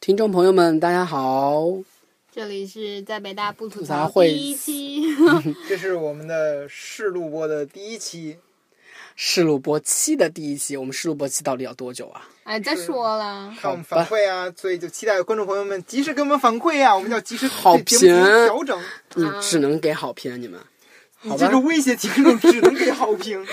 听众朋友们，大家好，这里是在北大不吐吐槽槽会第一期，这是我们的试录播的第一期，试录播期的第一期，我们试录播期到底要多久啊？ 哎，再说了，看我们好吧反馈啊，所以就期待观众朋友们及时给我们反馈啊，我们要及时好对节目评进行调整。你啊只能给好评，你们。 你这是威胁听众，只能给好评。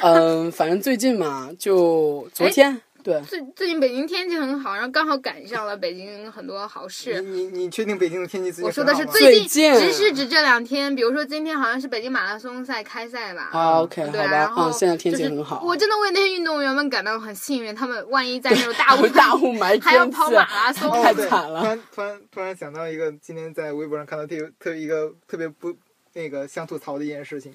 嗯、反正最近嘛，就昨天，哎对，最最近北京天气很好，然后刚好赶上了北京很多好你事。你你确定北京的天气最近我说的是很好嗯吗最最近只是指这两天，比如说今天好像是北京马拉松赛开赛吧。啊，OK，对，好然吧，后嗯，现在天气就是很好。我真的为那些运动员们感到很幸运，他们万一在那种大雾大雾霾天气啊 还要跑马拉松，太惨了哦对突然突然突然想到一个，今天在微博上看到特别特别一个特别不那个想吐槽的一件事情，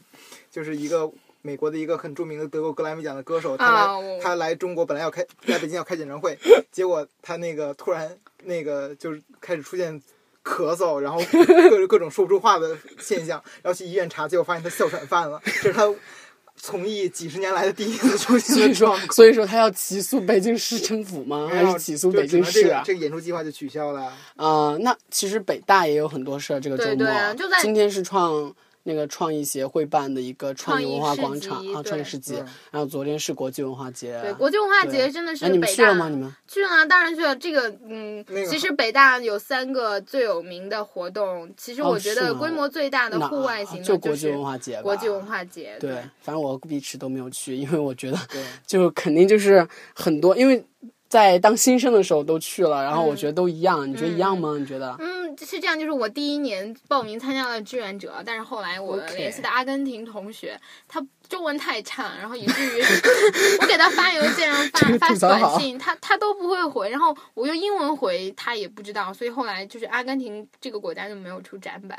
就是一个美国的一个很著名的德国格莱美奖的歌手，他来、啊我他来中国本来要开来北京要开演 唱会，结果他那个突然那个就是开始出现。咳嗽， 然后各各种说不出话的现象，然后去医院查，结果发现他哮喘犯了，这是他从艺几十年来的第一次出所现以的说 状况，。所以说他要起诉北京市政府吗？还然后是起诉就北只京能这市个啊？这个演出计划就取消了。啊、那其实北大也有很多事儿，这个周末对对啊就在今天是创那个创意协会办的一个创意文化广场创啊，创意市集意市集对嗯，然后昨天是国际文化节，啊对，国际文化节对真的是哎你们北去了大吗？你们去了，啊当然去了。这个，嗯，那个其实北大有三个最有名的活动，其实哦我觉是得吗规模最大的哪户外型的啊就就国际是文化节吧，国际文化节。对，反正我一直都没有去，因为我觉得对，就肯定就是很多，因为在当新生的时候都去了，然后我觉得都一样，你觉得一样吗？你觉得？嗯，是这样，就是我第一年报名参加了志愿者，但是后来我 OK 联系的阿根廷同学，他中文太差，然后以至于 我给他发邮件，然后个发吐发槽好短信，他他都不会回，然后我用英文回，他也不知道，所以后来就是阿根廷这个国家就没有出展板。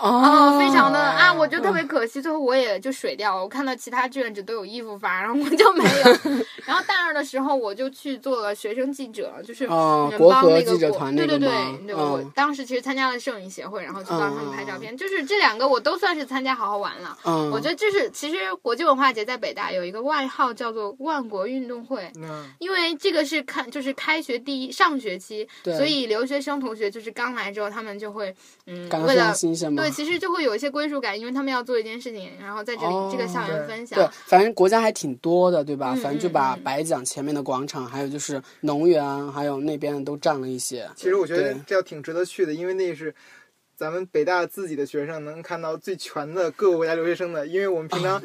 哦嗯哦，非常的啊，我觉得特别可惜，最后我也就水掉了。我看到其他志愿者都有衣服发，然后我就没 有。然后大二的时候，我就去做了学生记者，就是哦嗯国帮合那个记者国团对那对个对吗对，嗯我当时其实参加了摄影协会，然后去帮他们拍照嗯片，就是这两个我都算是参加好好玩了。嗯，我觉得就是，其实国际文化节在北大有一个外号叫做“万国运动会”，嗯，因为这个是看就是开学第一上学期，对所以留学生同学就是刚来之后，他们就会嗯感到为非常了新鲜吗？对，其实就会有一些归属感，因为他们要做一件事情，然后在这里、哦这个校园对分享对，，反正国家还挺多的，对吧？嗯反正就把嗯嗯白奖前面的广场，还有就是农园，还有那边的都占了一些。其实我觉得对这样挺值得去的，因为那是咱们北大自己的学生能看到最全的各个国家留学生的，因为我们平常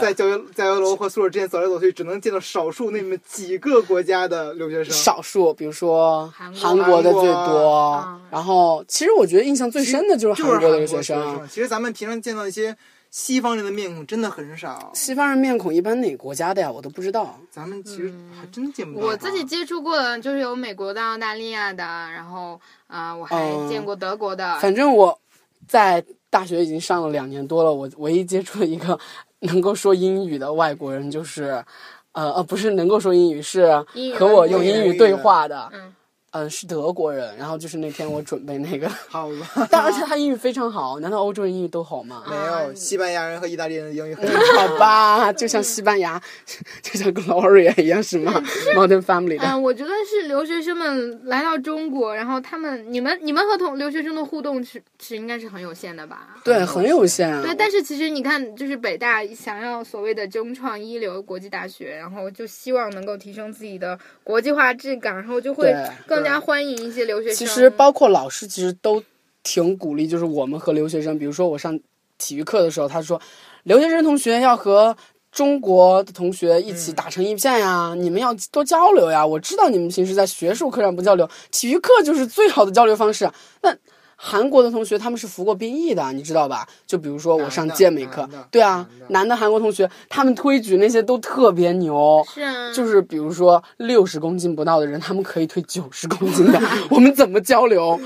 在对，教学教学楼和宿舍之间走来走去，只能见到少数那么几个国家的留学生。少数，比如说韩国韩国啊的最多韩国嗯。然后，其实我觉得印象最深的就是就韩是韩国国的留留学生。啊生。其实咱们平常见到一些西方人的面孔真的很少，西方人面孔一般哪个国家的呀？我都不知道。咱们其实还真见不到嗯吧。我自己接触过的就是有美国的、澳大利亚的，然后啊、呃我嗯还见过德国的，反正我在大学已经上了两年多了，我唯一接触的一个 能够说英语的外国人就是，呃呃，不是能够说英语，是英语和能我力用英语对话的。嗯嗯，是德国人。然后就是那天我准备那 个，好 吧，但而且他英语非常好。难道欧洲人英语都好吗？没有西班牙人和意大利人的英 语很 好吧，就像西班牙， 就像 Gloria 一样是吗？Modern Family 嗯、的。我觉得是留学生们来到中国，然后他们你们你们和同留学生的互动是是应该是很有限的吧？对，很有限啊。对，但是其实你看，就是北大想要所谓的中创一流国际大学，然后就希望能够提升自己的国际化质感，然后就会对更加欢迎一些留学生。其实包括老师，其实都挺鼓励，就是我们和留学生，比如说我上体育课的时候，他说，留学生同学要和中国的同学一嗯起打成一片呀，你们要多交流呀。我知道你们平时在学术课上不交流，体育课就是最好的交流方式。啊那韩国的同学他们是服过兵役的，你知道吧？就比如说我上男的健美课男的，对啊男的，男的韩国同学他们推举那些都特别牛，是嗯啊，就是比如说六十公斤不到的人，他们可以推九十公斤 的，我们怎么交流？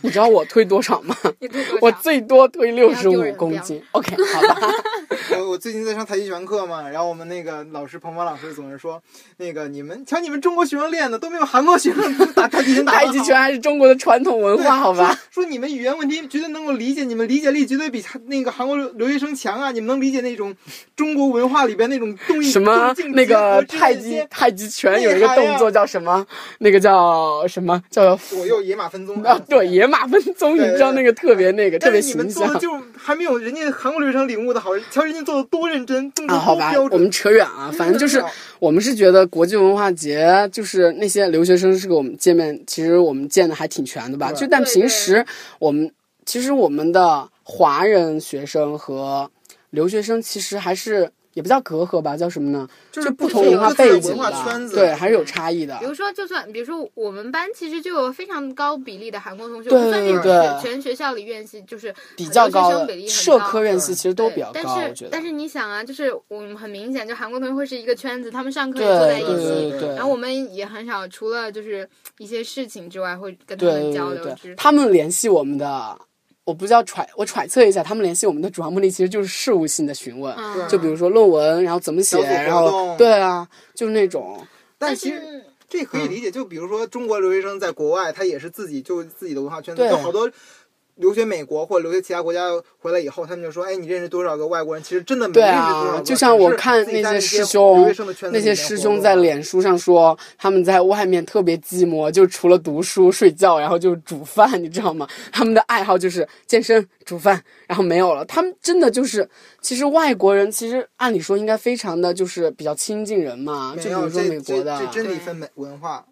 你知道 我推多少吗？你对多少我最多推六十不要丢五人公斤。OK，好吧，我 我我最近在上太极拳课嘛，然后我们那个老师彭博老师总是说，那个你们瞧你们中国学生练的都没有韩国学生打太极拳打得太好极拳还是中国的传统文化，好吧？说你们语言问题绝对能够理解，你们理解力绝对比他那个韩国留学生强啊！你们能理解那种中国文化里边那种 动什么那个太极极？太极拳有一个动作叫什么？那个叫什么叫左右野马 分鬃啊？对，野马分鬃，你对对知道那个特别那个特但别是你们形做象的就还没有人家韩国留学生领悟的好，瞧人家做的多认真，动啊。作好多吧标，我准。们扯远啊，反正 就是我们是觉得国际文化节就是那些留学生是给我们见面，其实我们见的还挺全的吧。对就但对平时我们其实我们的华人学生和留学生其实还是也不叫隔阂吧，叫什么呢？就就不是同有文化各自的背景文化的圈子对，还是有差异的比。如说，就算比如说我们班其实就有非常高比例的韩国同学，对我们算是对对全全学校里院系就是比较高留学生的比例很高社科院系其实都对比较但高，我是觉得但。是你想啊，就是我们很明显，就韩国同学会是一个圈子，他们上课对也坐在一对起。对对对，然后我们也很少，除了就是一些事情之外，会跟他对们对交流对对之。对，他们联系我们的，我不叫揣，我揣测一下，他们联系我们的主要目的其实就是事务性的询问，嗯，就比如说论文，然后怎么写，小组活然后动对啊，就是那种但但其实是这可以嗯理解，就比如说中国留学生在国外，他也是自己就自己的文化圈子，对就好多留学美国或者留学其他国家回来以后，他们就说：“哎，你认识多少个外国人？”其实真的没对认识啊多少个。就像我看只是自己在那些那师兄留学生的圈子那里些面师活兄动啊在脸书上说他们在外面特别寂寞，就除了读书睡觉，然后就是煮饭，你知道吗？ 他们的爱好就是健身、煮饭，然后没有了。他们真的就是，其实外国人其实按理说应该非常的就是比较亲近人嘛，就没比有如说这美国这的嗯这，真对理分美文化，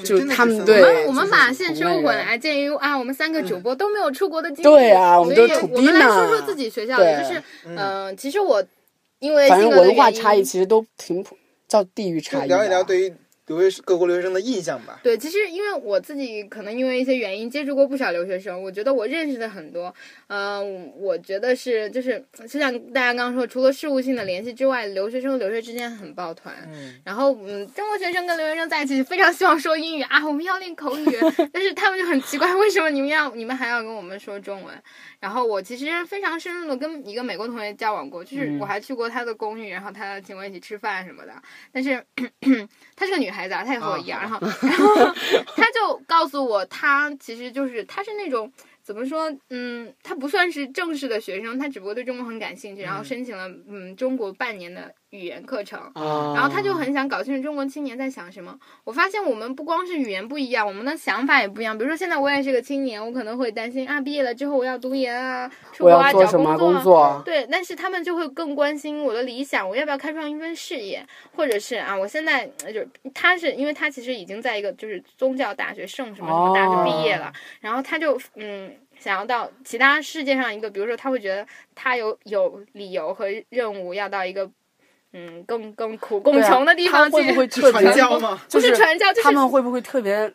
就是真的他是们分对文化我们就是把线同收类回人来，鉴于啊，我们三个主播都没有出国的经历，对啊我们所都以是土我们逼来嘛说说自己学校的，就对是嗯，其实我因为反正性格的文化原因差异其实都挺普叫地域就差异吧。聊一聊对于留学生各国留学生的印象吧。对，其实因为我自己可能因为一些原因接触过不少留学生，我觉得我认识的很多，嗯、我觉得是就是就像大家刚刚说，除了事务性的联系之外，留学生和留学之间很抱团。嗯，然后，嗯，中国学生跟留学生在一起非常希望说英语啊，我们要练口语，但是他们就很奇怪，为什么你们要你们还要跟我们说中文？然后我其实非常深入的跟一个美国同学交往过，就是我还去过他的公寓，然后他请我一起吃饭什么的。但是 她是个女孩子啊，她也和我一样，然后然后她就告诉我，她其实就是她是那种。怎么说？嗯，她不算是正式的学生，她只不过对中国很感兴趣，然后申请了嗯中国半年的语言课程。啊，然后他就很想搞清楚中国青年在想什么。我发现我们不光是语言不一样，我们的想法也不一样。比如说现在我也是个青年，我可能会担心啊，毕业了之后我要读研啊，出我国要啊，做找什么工工啊。作？对，但是他们就会更关心我的理想，我要不要开创一份事业，或者是啊，我现在呃就是他是因为他其实已经在一个就是宗教大学圣什么什么大学毕业了，哦然后他就嗯想要到其他世界上一个，比如说他会觉得他有有理由和任务要到一个嗯更更苦更对啊穷的地方他会不会去，特别传教吗？就不是是传教，就是他们会不会特别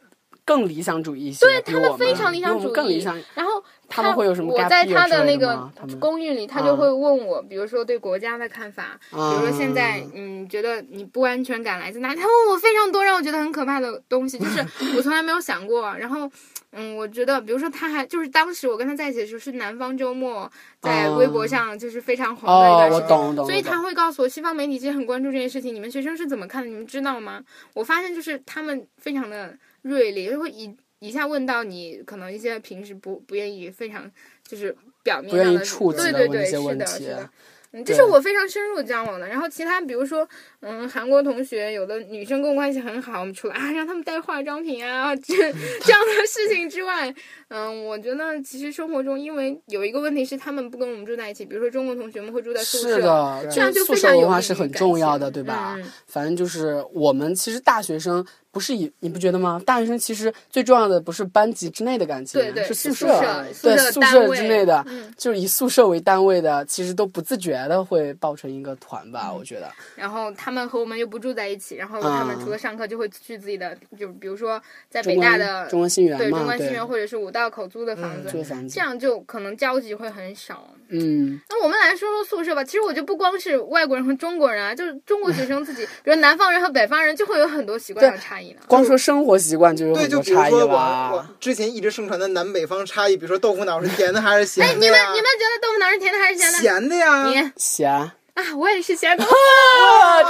更理想主义一些？对他们非常理想主义更理想。然后他们会有什么我 gap 在 year 他之的类那的个吗他们公寓里，他啊就会问我，比如说对国家的看法，比比如说现啊在嗯觉得你不安全感来自哪里，他问我非常多让我觉得很可怕的东西，就是 我从来没有想过。然后嗯，我觉得比如说他还就是当时我跟他在一起的时候是南方周末在微博啊上就是非常红的一哦段，时我间。懂懂，所以我懂他会告诉我，西方媒体其实很关注这件事情，你们学生是怎么看的？你们知道吗？我发现就是他们非常的锐利，就会一一下问到你可能一些平时不不愿意非常就是表面不愿上意的触及对的对问对，一些是问的，题是。的。嗯，这对是我非常深入交往的。然后其他比如说，嗯，韩国同学有的女生跟我关系很好，我们除了啊让他们带化妆品啊 这这样的事情之外，嗯，我觉得其实生活中因为有一个问题是他们不跟我们住在一起，比如说中国同学们会住在宿舍，是的，对这样就就是宿非舍常有文化利是于很感重要情的，对吧？嗯嗯反正就是我们其实大学生不是以你不觉得吗？大学生其实最重要的不是班级之内的感情，对对，是宿舍舍，，宿对舍宿单舍位之内的嗯，就是以宿舍为单位的，其实都不自觉的会抱成一个团吧，我觉得。然后他们和我们又不住在一起，然后他们啊除了上课就会去自己的，就比如说在中北嗯大关的中关新园对嘛，中关对，新园或者是五道口租的房嗯租子，房子这，样就可能交集会很少。嗯，那我们来说说宿舍吧。其实我觉得 不光是外国人和中国人啊，就是中国学生自己，比如南方人和北方人就会有很多习惯上的差异呢？光说生活习惯就有对，很就多比如差异说我我啦。之前一直盛传的南北方差异，比如说豆腐脑是甜的还是哎，咸你的们啊呀？你们觉得豆腐脑是甜的还是咸的？咸的呀。你咸啊，啊，我也是 咸的。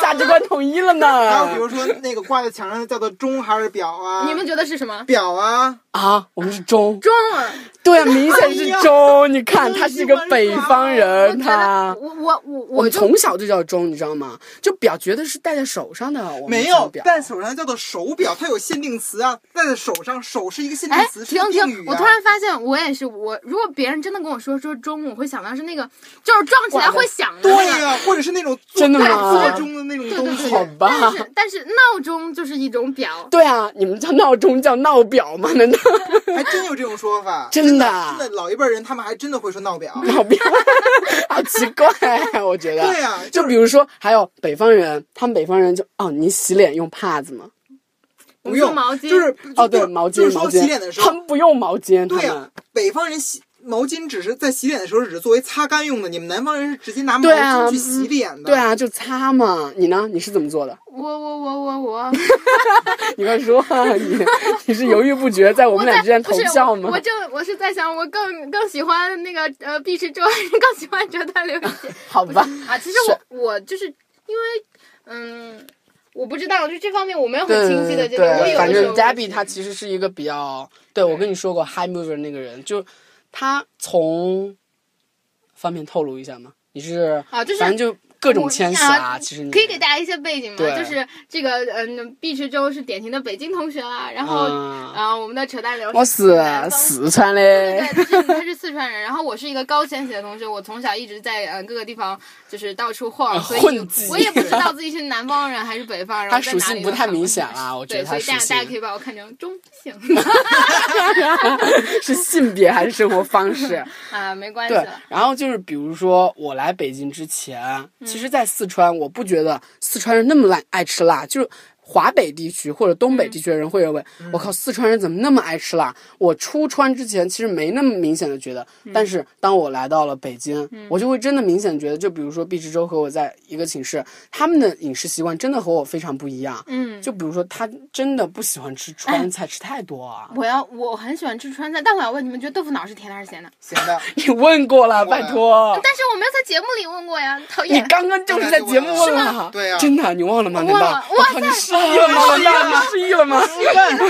价值观统一了还有比呢。如说那个挂在墙上的叫做钟还是表啊？你们觉得是什么？表啊？啊，我们是中，中文，对啊，明显哎是中。你看，他是一个北方我人，觉得他。我我我我我们就从小就叫钟，你知道吗？就表绝对是戴在手上的，我们没叫有表，戴手上叫做手表，它有限定词啊，戴在手上，手是一个限定哎，词，是一停个定停！语、我啊。突然发现，我也是我。如果别人真的跟我说说中，我会想到是那个，就是撞起来会响的对那个。呀、或者是那种真的吗座钟的那种东西对对，好但吧？是但是闹钟就是一种表，对啊，你们叫闹钟叫闹表吗？ 难道还真有这种说法。真的啊真的，老一辈人他们还真的会说闹表。嗯闹表？好奇怪啊，我觉得。对呀、就比如说，还有北方人，他们北方人就哦，你洗脸用帕子吗？我不们说用毛巾就是哦，对就，是毛就巾是毛说巾，洗脸的时他候，们不用毛巾，他对啊呀、们北方人洗毛巾只是在洗脸的时候只是作为擦干用的，你们南方人是直接拿毛对啊巾去洗脸的。对啊，就擦嘛。你呢？你是怎么做的？我我我我我， 你快说啊，你你是犹豫不决， 在我 我们俩在之间不投是票我吗我？正我是在想，我更更喜欢那个呃毕池哲，更喜欢折断流行好吧，啊。其实是我我就是因为嗯，我不知道，就这方面我没有很清晰的这个。我 对，有反的时正候 Debbie 她其实是一个比较，对我跟你说过 high mover 那个人，就他从方便透露一下吗？你是啊，就是反正就各种我牵啊狭，其实你可以给大家一些背景嗯吗？对就是这个，嗯，毕池洲是典型的北京同学啦，然后，嗯啊，我们的扯淡流我是是南方四川对的，，他是他是四川人，然后我是一个高潜血的同学，我从小一直在呃各个地方就是到处晃，所以啊混迹我也不知道自己是南方人还是 北方人。他我在属哪里性都不太看明出显来啦，我觉对，得所他以属大家大家可性以把我看成中 性是性别还是生活方式？啊，没关系对了。，然后就是比如说我来北京之前，其实，在四川，我不觉得四川人那么爱爱吃辣，就是。华北地区或者东北地区的人会认为，我靠，四川人怎么那么爱吃辣？我出川之前其实没那么明显的觉得，但是当我来到了北京，我就会真的明显觉得，就比如说毕志洲和我在一个寝室，他们的饮食习惯真的和我非常不一样。嗯，就比如说，他真的不喜欢吃川菜，吃太多啊。 我要我很喜欢吃川菜，但我要问你们，觉得豆腐脑是甜的还是咸的？哦行的，你问过了，拜 托。但是我没有在节目里问过呀，讨你厌。刚刚就是在节目问了，对呀真的，你忘了吗？我难忘道了？我靠，你失忆了吗？难道你失忆了吗？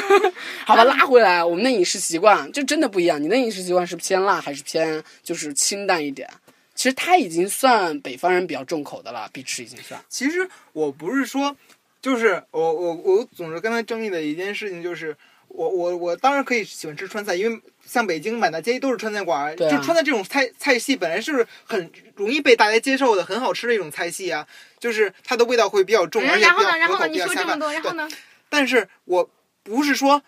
好吧，拉回来，我们的饮食习惯就真的不一样。你的饮食习惯是偏辣还是偏就是清淡一点？其实他已经算北方人比较重口的了，必吃已经算。其实我不是说，就是我我我总是跟他争议的一件事情就是，我我我当然可以喜欢吃川菜，因为像北京满大街都是川菜馆儿，对啊就川菜这种菜菜系本来是很容易被大家接受的，很好吃的一种菜系啊，就是它的味道会比较重，而嗯且然后比呢，较然合后口，呢，你比较说下这么饭。多，然后呢？但是我不是说。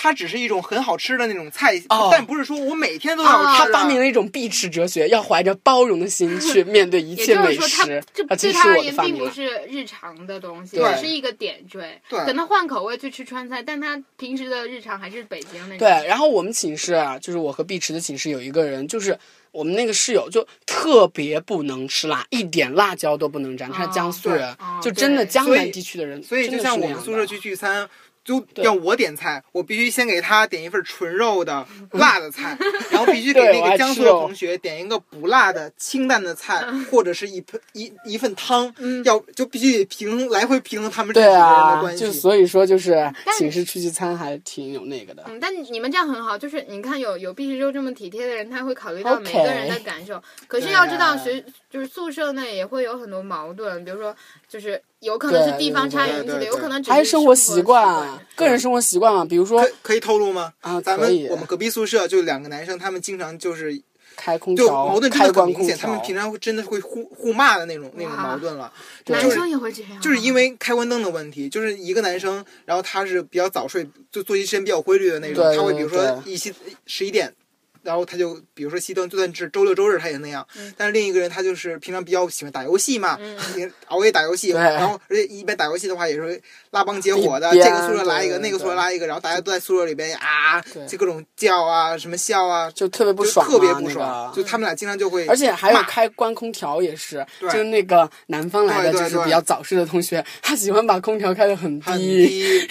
它只是一种很好吃的那种菜，哦但不是说我每天都要啊吃、他发明了一种必吃哲学，要怀着包容的心去面对一也切就是美说，它食。这啊，对这他是而我的言发并明不了。是日常的东西，对只是一个点缀。对等他换口味去吃川菜，但他平时的日常还是北京那种。对，然后我们寝室啊，就是我和碧池的寝室有一个人，就是我们那个室友就特别不能吃辣，一点辣椒都不能沾。他是哦江苏对人，哦就真的对江所南以地区的人，所以真就的像是那我们样宿的舍去聚餐，就对要我点菜，我必须先给他点一份纯肉的辣 的菜，然后必须嗯给对我爱那个吃江苏的肉嗯同学点一个不辣的清淡的菜，或者是一盆一一份汤，要就必须得平衡来回平衡他们这几对个人的啊，关就系。嗯所以说就是但寝室去聚餐还挺有那个的。嗯，但你们这样很好，就是你看有有毕池洲这么体贴的人，他会考虑到每个 OK 人的感受。可是对要知道啊学，就是宿舍内也会有很多矛盾，比如说，就是有可能是对地方对差异对引起的，对有对可能只还有是生生活习习惯，啊个人生活习惯嘛，啊比如说可可以透露吗？啊，咱可们以我们隔壁宿舍就两个男生，他们经常就是开空就调，矛盾真开的很关空明显，他调们，平常会真的会互互骂的那种那种哇矛盾了。对男生也会这样，啊就是因为为开关灯的问题，就是一个男生，然后他是比较早睡，就作息时间比较规律的那种，对他会比如对说对一些十一点然后他就比如说西顿，就算是周六周日他也那样。嗯但是另一个人他就是平常比较喜欢打游戏嘛，嗯也熬夜打游戏，对然后而且一般打游戏的话也是拉帮结伙的，一边这个宿舍来一个，对那个宿舍来一个，然后大家都在宿舍里边啊对，就各种叫啊，什么笑啊，就特别不就爽、啊，特别不爽。那个就他们俩经常就会而，且还有骂开关空调也是，对就是那个南方来的，对就对是比较早睡的同学，他喜欢把空调开得很很低。低，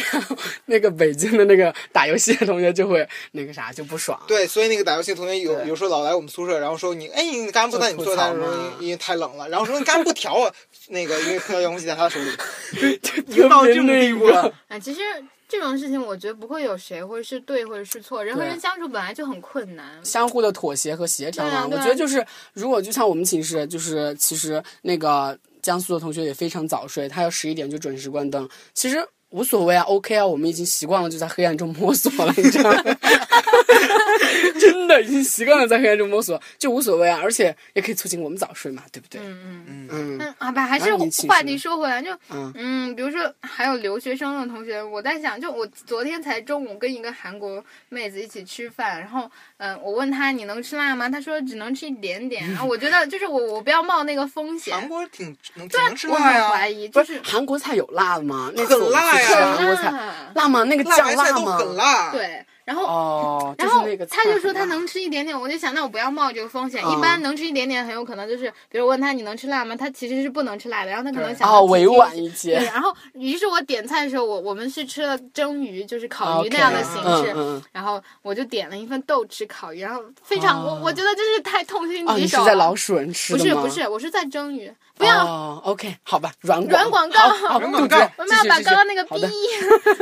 那个北京的那个打游戏的同学就会那个啥就不爽。对，所以那个打游戏的同学有对有时候老来我们宿舍，然后说你，哎，你干嘛不在你们宿舍待着？就吐槽说嘛因因为太冷了，然后说你干嘛不调啊？那个因为空调遥控器在他 手里，特到别这种地那步个了，啊，其实这种事情我觉得不会有谁会是对或者是错，人和对人相处本来就很困难。相互的妥协和协调嘛。对啊我对啊觉得就是，如果就像我们寝室，就是其实那个江苏的同学也非常早睡，他要十一点就准时关灯，其实无所谓啊，OK 啊，我们已经习惯了就在黑暗中摸索了，你知道吗？ 真的已经习惯了在黑暗中摸索，就无所谓啊，而且也可以促进我们早睡嘛，对不对？嗯嗯嗯，嗯嗯，好吧，还是那你寝话室题说回来，就嗯嗯，比如说还有留学生的同学，我在想，就我昨天才中午跟一个韩国妹子一起吃饭，然后嗯、呃我问她你能吃辣吗？她说只能吃一点点。啊，我觉得就是我我不要冒那个风险，韩国挺能挺能吃啊我很辣怀呀，疑，不就是是韩国菜有辣的吗？那很次我辣去吃呀韩国菜辣辣吗？那个辣酱白菜都吗？很辣，，对，然后哦，然就是后那个他菜就说很他辣哦能吃一点点，我就想那我不要冒这个风险。嗯一般能吃一点点，很有可能就是，比如问他你能吃辣吗？他其实是不能吃辣的，然后他可能对想要哦，体贴委一婉些。一些对，。啊然后于是我点菜的时候，我我们是吃了蒸鱼，就是烤啊鱼 OK，那样的形式。嗯嗯然后我就点了一份豆豉烤鱼，然后非常、我我觉得真是太痛心嗯。啊哦，疾你是首了。在老鼠人吃不的是吗？不，是，我是在蒸鱼，不要、哦，OK，好吧，软广哦软广告好好软广杜绝告我们要把继续继续刚刚那个好逼的，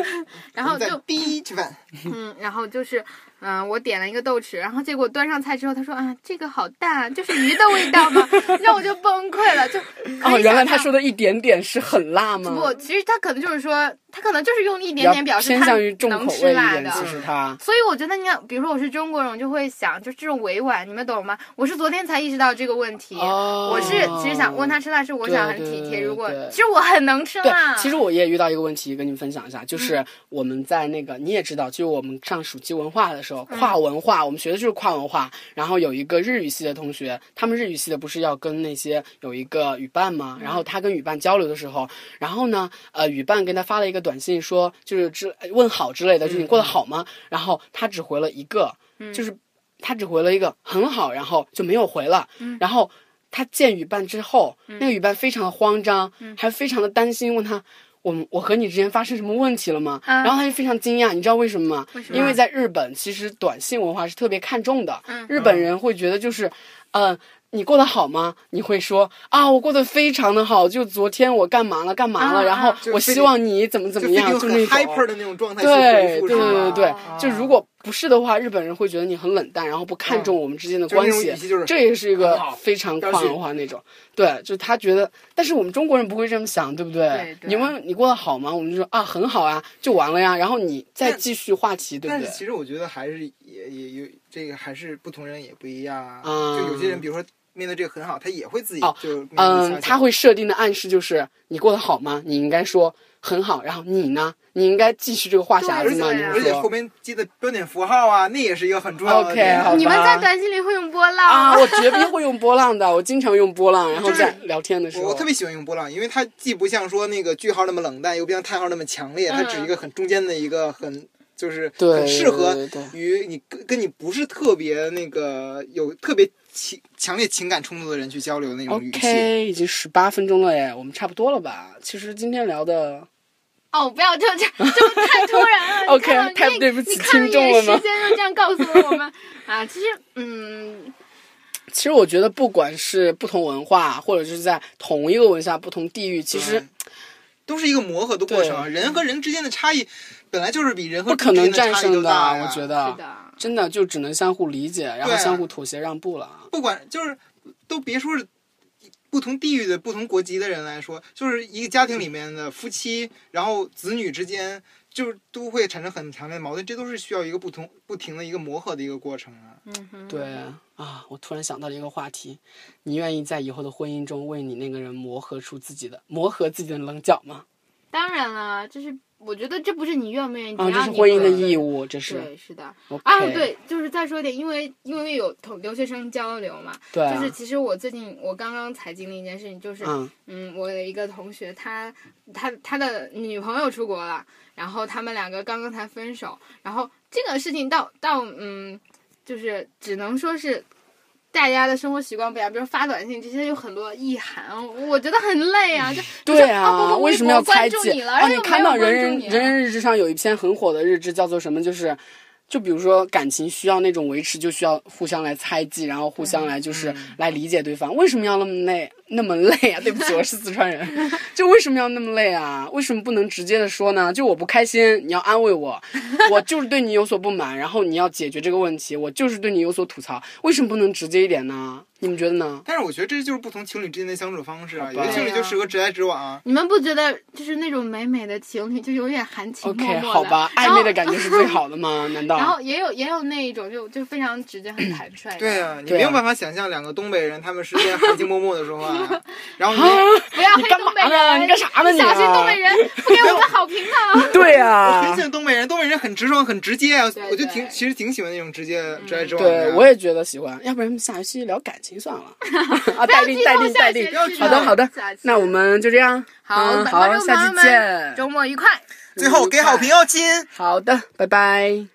然后在就逼吃饭，嗯，然后就是，嗯、我点了一个豆豉，然后结果端上菜之后，他说啊，这个好淡，就是鱼的味道嘛， 让我就崩溃了，就可哦，以原来想他象。说的一点点是很辣吗？不，其实他可能就是说，他可能就是用一点点表示偏他向于重能口吃味一辣点的，。其实他所以我觉得，你看，比如说我是中国人，我就会想，就这种委婉，你们懂吗？我是昨天才意识到这个问题。哦，我是其实想问他吃辣，是我想很体对贴。对如果对其实我很能吃对辣，，其实我也遇到一个问题，跟你们分享一下，就是我们在那个你也知道，就是我们上暑期文化的时候，跨文化，我们学的就是跨文化。然后有一个日语系的同学，他们日语系的不是要跟那些有一个语伴吗？然后他跟语伴交流的时候，然后呢，呃，语伴跟他发了一个短信说，就是之呃问好之类的，就是你过得好吗？然后他只回了一个，嗯就是他只回了一个很好，然后就没有回了。嗯然后他见语伴之后，那个语伴非常的慌张，嗯还非常的担心，问他。我们我和你之间发生什么问题了吗？嗯啊然后他就非常惊讶，你知道为什么吗？为什么因为在日本，其实短信文化是特别看重的。嗯嗯日本人会觉得就是，呃，你过得好吗？你会说啊，我过得非常的好，就昨天我干嘛了干嘛了，啊然后啊就我非希望你怎么怎就么非样，常就很那种 hyper 的那种状态去回对复对是对对吧？对啊，就如果不是的话，日本人会觉得你很冷淡，然后不看重我们之间的就是那关种系语气，就是这也是一个很好非常跨文化那种。对，就他觉得，但是我们中国人不会这么想，对不对对？对你问你过得好吗？我们就说啊，很好啊，就完了呀。然后你再但继续话题，对不但对是？其实我觉得还是也也有这个还是不同人也不一样啊，嗯就有些人比如说面对这个很好，他也会自己哦就嗯，他会会设定的暗示就是你过得好吗？你应该说很好，然后你呢？你应该继续这个话匣而子且吗？对你啊不而且后说面接的标点符号啊，那也是一个很重要的 OK，点啊好吧你们在短信里会用波浪啊，吗我绝逼会用波浪的，我经常用波浪，然后就是在聊天的时我候我特。别喜欢用波浪，因为它既不像说那个句号那么冷淡，又不像叹号那么强烈，它只是一个很中间的一个很就是嗯对很适合对对对于你跟跟你不是特别那个有特别情强烈情感冲突的人去交流的那种语气。 OK，已经十八分钟了哎，我们差不多了吧？其实今天聊的哦，不要这这这不太突 然了。 OK，你看到太你对不起你看到听众了吗你的时间就这样告诉了我们啊，其实嗯，其实我觉得，不管是不同文化，或者是在同一个文化、不同地域，其实嗯都是一个磨合的过程啊，人和人之间的差异本来就是比人和不可人能之间战的差异胜就的，啊大呀我觉是得的，真的就只能相互理解，然后对相互妥协让步了啊。不管就是都别说是不同地域的、不同国籍的人来说，就是一个家庭里面的夫妻，然后子女之间，就是都会产生很强烈的矛盾，这都是需要一个不同不停的一个磨合的一个过程啊。嗯哼，对啊，我突然想到了一个话题，你愿意在以后的婚姻中为你那个人磨合出自己的磨合自己的棱角吗？当然了，这是我觉得这不是你愿不愿意，啊，只这要是你婚姻的本义务，这是。对，是的。 OK 啊，对，就是再说一点，因为因为有同留学生交流嘛，对啊，就是其实我最近我刚刚才经历一件事情，就是嗯嗯，我有一个同学，他他他的女朋友出国了，然后他们两个刚刚才分手，然后这个事情到到嗯，就是只能说是。大家的生活习惯不一样，比如发短信这些有很多意涵，我觉得很累啊。就对啊不啊，不不为什么要拆我关注解？你了哦，然后你又看没有到人关注人你啊人人日志上有一篇很火的日志，叫做什么？就是，就比如说感情需要那种维持，就需要互相来猜忌，然后互相嗯来就是来理解对方。为什么要那么累？那么累啊！对不起，我是四川 人，就为什么要那么累啊？为什么不能直接的说呢？就我不开心，你要安慰我，我就是对你有所不满，然后你要解决这个问题，我就是对你有所吐槽，为什么不能直接一点呢？你们觉得呢？但是我觉得这就是不同情侣之间的相处方式啊，好有吧的情侣就适合直来直往啊。你们不觉得就是那种美美的情侣就永远含情脉 OK，脉好吧，然暧后昧的感觉是最好的 吗？难道？然后也有也有那一种就就非常直接很坦率的。对啊，你对啊没有办法想象两个东北人他们是在含情脉脉的说话啊， 然后你不要你黑干东嘛北呢？人，你干啥呢你、啊？小心东北人不给我们好 评 的。对我啊挺喜，欢东北人，东北人很直爽，很直接啊，对我就对挺其实挺喜欢那种直接直来直往的啊。嗯对，我也觉得喜欢。要不然我们下一期聊感情算 了。啊，待定，待定，待定。好的，好的。那我们就这样。好嗯，本观好，众下朋友期们见。周末愉快。最后给好评哦，亲。好的，拜拜。